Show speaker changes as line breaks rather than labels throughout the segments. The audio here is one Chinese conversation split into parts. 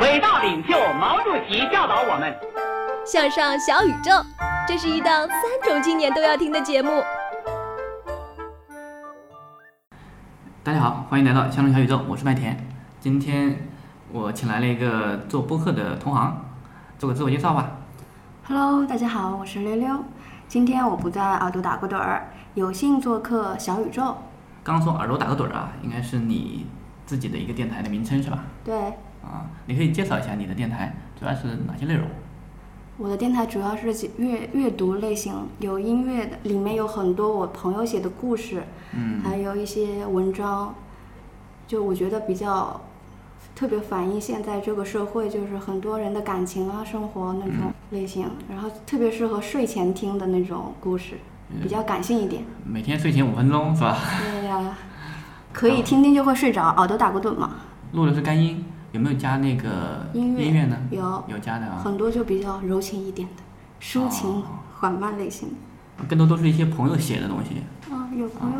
伟大领袖毛主席教导我们，
向上小宇宙，这是一档三种青年都要听的节目。
大家好，欢迎来到香中小宇宙，我是麦田。今天我请来了一个做播客的同行，做个自我介绍吧。
Hello，大家好，我是溜溜。今天我不在耳朵打个盹儿，有幸做客小宇宙。
刚刚说耳朵打个盹儿啊，应该是你自己的一个电台的名称是吧？
对，
啊，你可以介绍一下你的电台主要是哪些内容？
我的电台主要是写阅阅读类型，有音乐的，里面有很多我朋友写的故事，
嗯
还有一些文章，就我觉得比较特别反映现在这个社会，就是很多人的感情啊、生活那种类型，然后特别适合睡前听的那种故事，比较感性一点。
每天睡前五分钟是吧？
对呀、可以听听就会睡着，耳朵打个盹嘛。
录的是干音，有没有加那个
音乐
呢？
有
有加的啊，
很多就比较柔情一点的，抒情、缓慢类型的。
更多都是一些朋友写的东西。
啊，有朋友，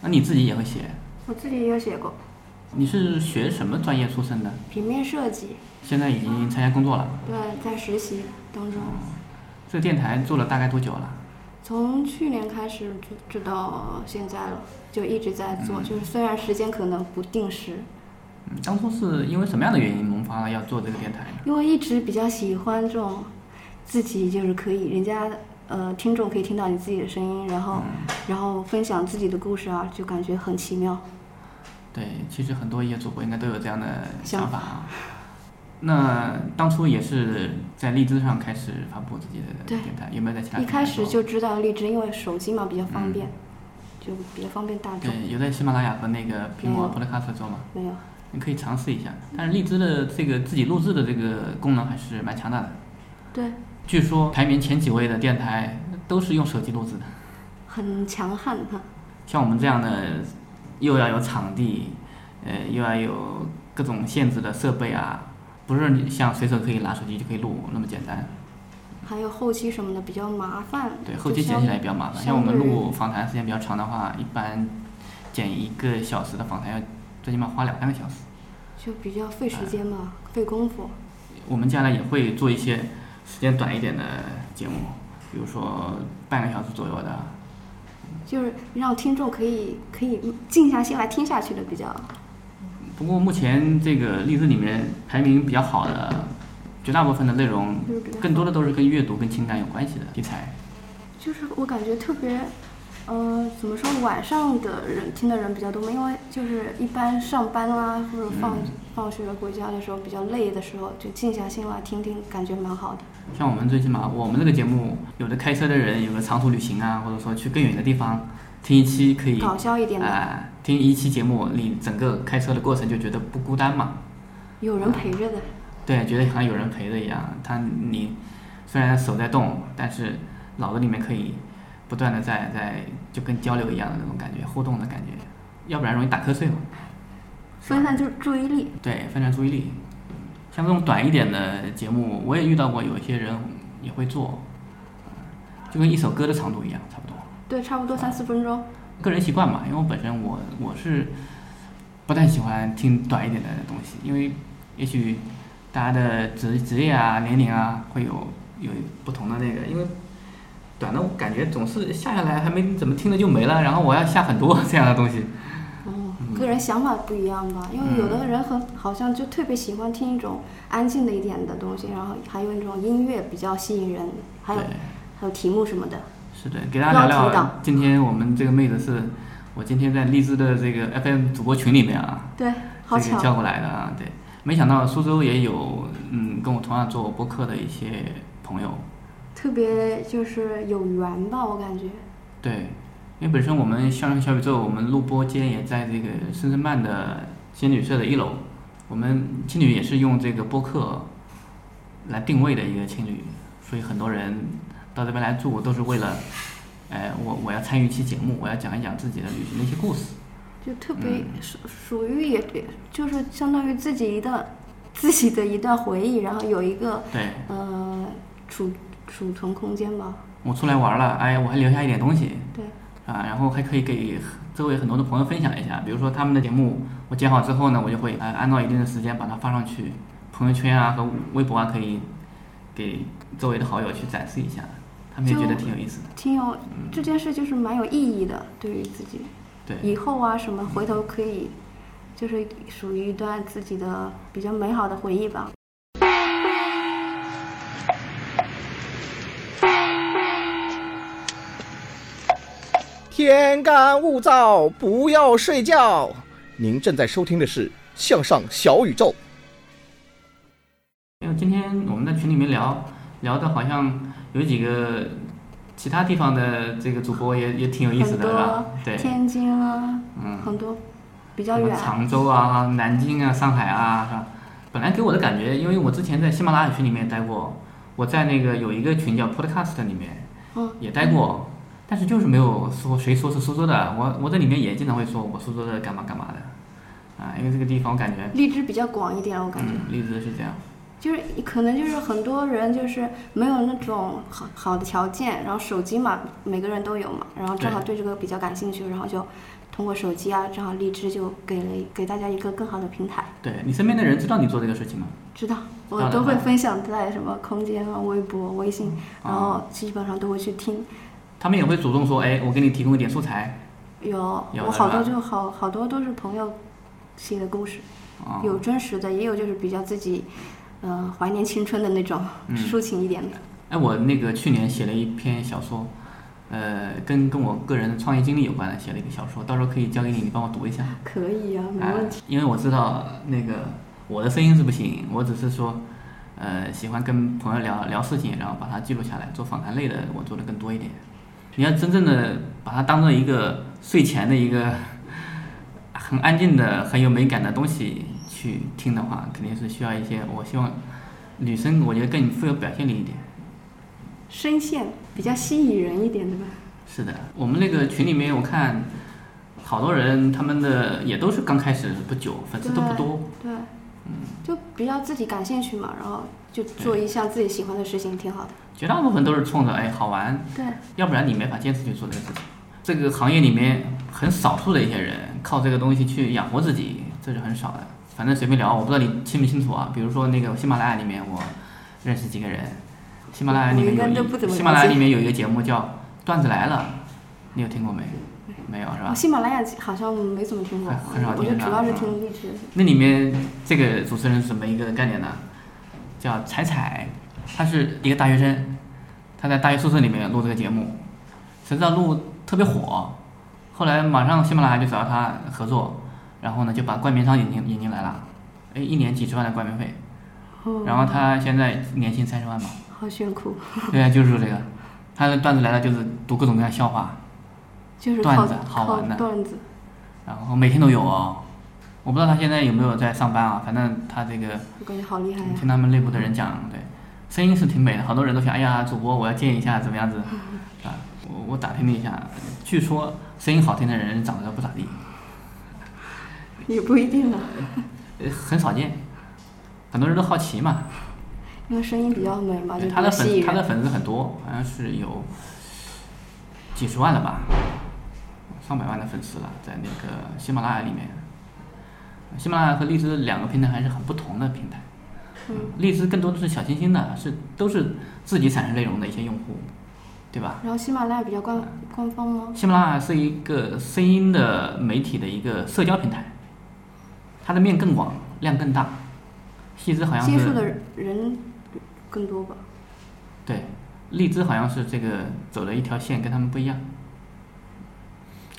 那你自己也会写？
我自己也有写过
你是学什么专业出身的？
平面设计，
现在已经参加工作了。
对，在实习当中，
这个电台做了大概多久了？
从去年开始就直到现在了，就一直在做，就是虽然时间可能不定时，
嗯，当初是因为什么样的原因萌发了要做这个电台呢？
因为一直比较喜欢这种自己就是可以人家。呃，听众可以听到你自己的声音，然后，
嗯
然后分享自己的故事啊，就感觉很奇妙。
对，其实很多业主播应该都有这样的想
想
法啊。那当初也是在荔枝上开始发布自己的
对
电台，有没有在其他
一
平台
开始
做
就知道荔枝，因为手机嘛比较方便，就比较方便大众。
嗯对有在喜马拉雅和那个苹果
没
Podcast 做吗？
没有，
你可以尝试一下。但是荔枝的这个自己录制的这个功能还是蛮强大的。
对，
据说排名前几位的电台都是用手机录制的，
很强悍哈。
像我们这样的，又要有场地，呃，又要有各种限制的设备啊，不是你像随手可以拿手机就可以录那么简单。
还有后期什么的比较麻烦，
对，
就
后期剪
相
起来比较麻烦。
相
像我们
对于
录访谈时间比较长的话，一般剪一个小时的访谈要最起码花两三个小时。
就比较费时间嘛，
嗯
费功夫。
我们将来也会做一些时间短一点的节目，比如说半个小时左右的。
就是让听众可以可以静下心来听下去的比较，
不过目前这个荔枝里面排名比较好的，绝大部分的内容
就是比较，
更多的都是跟阅读、跟情感有关系的题材。
就是我感觉特别，呃，怎么说晚上的人听的人比较多嘛，因为就是一般上班啊或者
嗯
放、放学回家的时候比较累的时候，就静下心来听听，感觉蛮好的。
像我们最起码我们这个节目，有的开车的人，有的长途旅行啊，或者说去更远的地方，听一期可以
搞笑一点的
啊、听一期节目，你整个开车的过程就觉得不孤单嘛。
有人陪着的，
对，觉得好像有人陪着一样。他你虽然手在动，但是脑子里面可以不断的在在就跟交流一样的那种感觉，互动的感觉，要不然容易打瞌睡嘛。
分散注注意力。
对，分散注意力。像这种短一点的节目，我也遇到过，有一些人也会做，呃就跟一首歌的长度一样，差不多。
对，差不多三四分钟。
个人习惯吧，因为我本身我我是不太喜欢听短一点的东西，因为也许大家的职职业啊、年龄啊会有有不同的那个，因为短的我感觉总是下下来还没怎么听着就没了，然后我要下很多 这样的东西。
哦，
嗯
个人想法不一样吧，因为有的人很好像就特别喜欢听一种安静的一点的东西，然后还有那种音乐比较吸引人，还有
对
还有题目什么的。
是的，给大家聊
要提
聊
档
今天我们这个妹子是我今天在荔枝的这个 FM 主播群里面啊，
对，好
这个叫
巧，
过来的啊，对，没想到苏州也有嗯跟我同样做播客的一些朋友。
特别就是有缘吧，我感觉。
对，因为本身我们向上小宇宙，我们录播间也在这个深圳办的仙女社的一楼，我们青旅也是用这个播客来定位的一个青旅，所以很多人到这边来住都是为了，哎，我我要参与一期节目，我要讲一讲自己的旅行的一些故事。
就特别
嗯
属属于也也就是相当于自己一段自己的一段回忆，然后有一个
对
呃储储存空间吧，
我出来玩了，哎，我还留下一点东西，
对，
啊，然后还可以给周围很多的朋友分享一下，比如说他们的节目，我剪好之后呢，我就会呃按照一定的时间把它发上去，朋友圈啊和微博啊，可以给周围的好友去展示一下，他们也觉得挺有意思的。
挺有这件事就是蛮有意义的，对于自己
对，
以后啊什么回头可以，就是属于一段自己的比较美好的回忆吧。
天干物燥，不要睡觉。您正在收听的是《向上小宇宙》。
因为今天我们在群里面聊聊的，好像有几个其他地方的这个主播也也挺有意思
很
的，是吧？对
多，天津啊，
嗯，
很多比较
什么
远，
常州啊、南京啊、上海啊，是吧？本来给我的感觉，因为我之前在喜马拉雅群里面待过，我在那个有一个群叫 Podcast 里面，
嗯，
也待过，但是就是没有说谁说是苏州的，我我在里面也经常会说我苏州的干嘛干嘛的，啊，因为这个地方我感觉，
荔枝比较广一点，我感觉。
嗯，荔枝是这样，
就是可能就是很多人就是没有那种好好的条件，然后手机嘛，每个人都有嘛，然后正好对这个比较感兴趣，然后就通过手机啊，正好荔枝就给了给大家一个更好的平台。
对你身边的人知道你做这个事情吗？
知道，
知道
我
的
都会
啊
分享在什么空间啊、微博、微信，
嗯
然后
哦
基本上都会去听。
他们也会主动说，哎，我给你提供一点素材，
有
有
我
的
好
吧
多就好好多都是朋友写的故事，
啊、
有真实的，也有就是比较自己，嗯、怀念青春的那种，
嗯
抒情一点的。
哎，我那个去年写了一篇小说，呃，跟跟我个人的创业经历有关的，写了一个小说，到时候可以交给你，你帮我读一下。
可以啊，没
啊
问题。，
因为我知道那个我的声音是不行，我只是说，呃，喜欢跟朋友聊聊事情，然后把它记录下来，做访谈类的我做的更多一点。你要真正的把它当做一个睡前的一个很安静的、很有美感的东西去听的话，肯定是需要一些。我希望女生，我觉得更富有表现力一点。
声线比较吸引人一点，对吧？
是的，我们那个群里面我看，好多人他们的也都是刚开始不久，粉丝都不多。
对，
嗯
就比较自己感兴趣嘛，然后就做一项自己喜欢的事情，挺好的。
绝大部分都是冲着哎好玩，
对，
要不然你没法坚持去做这个事情。这个行业里面很少数的一些人靠这个东西去养活自己，这是很少的。反正随便聊，我不知道你清不清楚啊。比如说那个喜马拉雅里面，我认识几个人。喜马拉雅里面
我应该
有
都不怎
一
么了解
喜马拉雅里面有一个节目叫《段子来了》，你有听过没？没有是吧
我？哦喜马拉雅好像没怎么听过，
很很少
我就
听啊
主
是吧
要是听荔枝。
那里面这个主持人是什么一个概念呢？叫彩彩，她是一个大学生，她在大学宿舍里面录这个节目，谁知道录特别火，后来马上喜马拉雅就找她合作，然后呢就把冠名商引进引进来了，哎，一年几十万的冠名费，
哦，
然后她现在年薪三十万吧，
好炫酷，
对，就是这个，她的段子来了就是读各种各样笑话，
就是
段
靠
子好
靠
玩的
段子，
然后每天都有哦，我不知道她现在有没有在上班啊，反正她这个。
我感觉好厉害啊呀、
听他们内部的人讲，对，声音是挺美的，好多人都想，哎呀，主播我要见一下，怎么样子？啊，我我打听了一下，据说声音好听的人长得不咋地，
也不一定啊，
呃，很少见，很多人都好奇嘛。
因为声音比较美嘛，啊就
对
比
他的
较吸
粉
引
他的
人。
粉丝很多，好像是有几十万了吧，上百万的粉丝了，在那个喜马拉雅里面。喜马拉雅和荔枝两个平台还是很不同的平台，
嗯
荔枝更多的是小清新的，是都是自己产生内容的一些用户，对吧？
然后喜马拉雅比较官官方吗？
喜马拉雅是一个声音的媒体的一个社交平台，它的面更广，量更大。荔枝好像
接触
是
的人更多吧？
对，荔枝好像是这个走了一条线，跟他们不一样，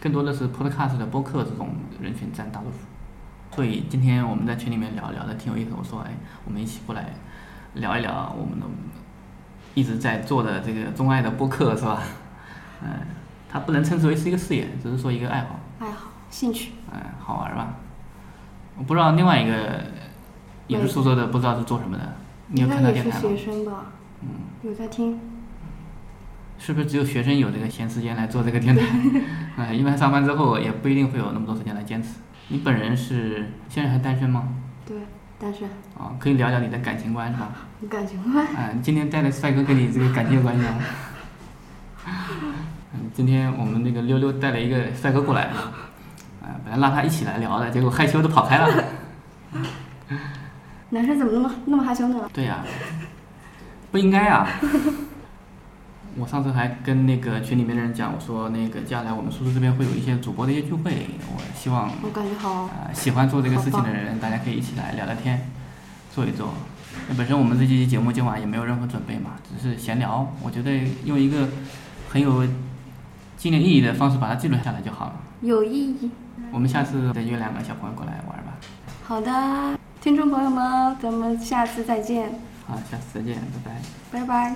更多的是 podcast 的播客这种人群占大多数。所以今天我们在群里面聊聊的挺有意思，我说哎，我们一起过来聊一聊我们的一直在做的这个钟爱的播客是吧？嗯，它不能称之为是一个事业，只是说一个爱好。
爱好、兴趣，
嗯，好玩儿吧？我不知道另外一个也是苏州的，不知道是做什么的。你有
应该
看他
也
电
是
台吗嗯
学？生吧？有在听。
是不是只有学生有这个闲时间来做这个电台？啊、一般上班之后也不一定会有那么多时间来坚持。你本人是现在还单身吗？
对，但是
啊、可以聊聊你的感情观是吧？
我感觉哎
啊、你今天带的帅哥跟你这个感情有关系吗？嗯，今天我们那个溜溜带了一个帅哥过来，啊、本来拉他一起来聊的，结果害羞的跑开了。
男生怎么那么那么害羞呢？
对呀、不应该啊。我上次还跟那个群里面的人讲，我说那个接下来我们宿舍这边会有一些主播的一些聚会，我希望
我感觉好，
呃喜欢做这个事情的人，大家可以一起来聊聊天，做一做。那本身我们这期节目今晚也没有任何准备嘛，只是闲聊。我觉得用一个很有纪念意义的方式把它记录下来就好了。
有意义。
我们下次再约两个小朋友过来玩吧。
好的，听众朋友们，咱们下次再见，
好，下次再见，拜拜。
拜拜。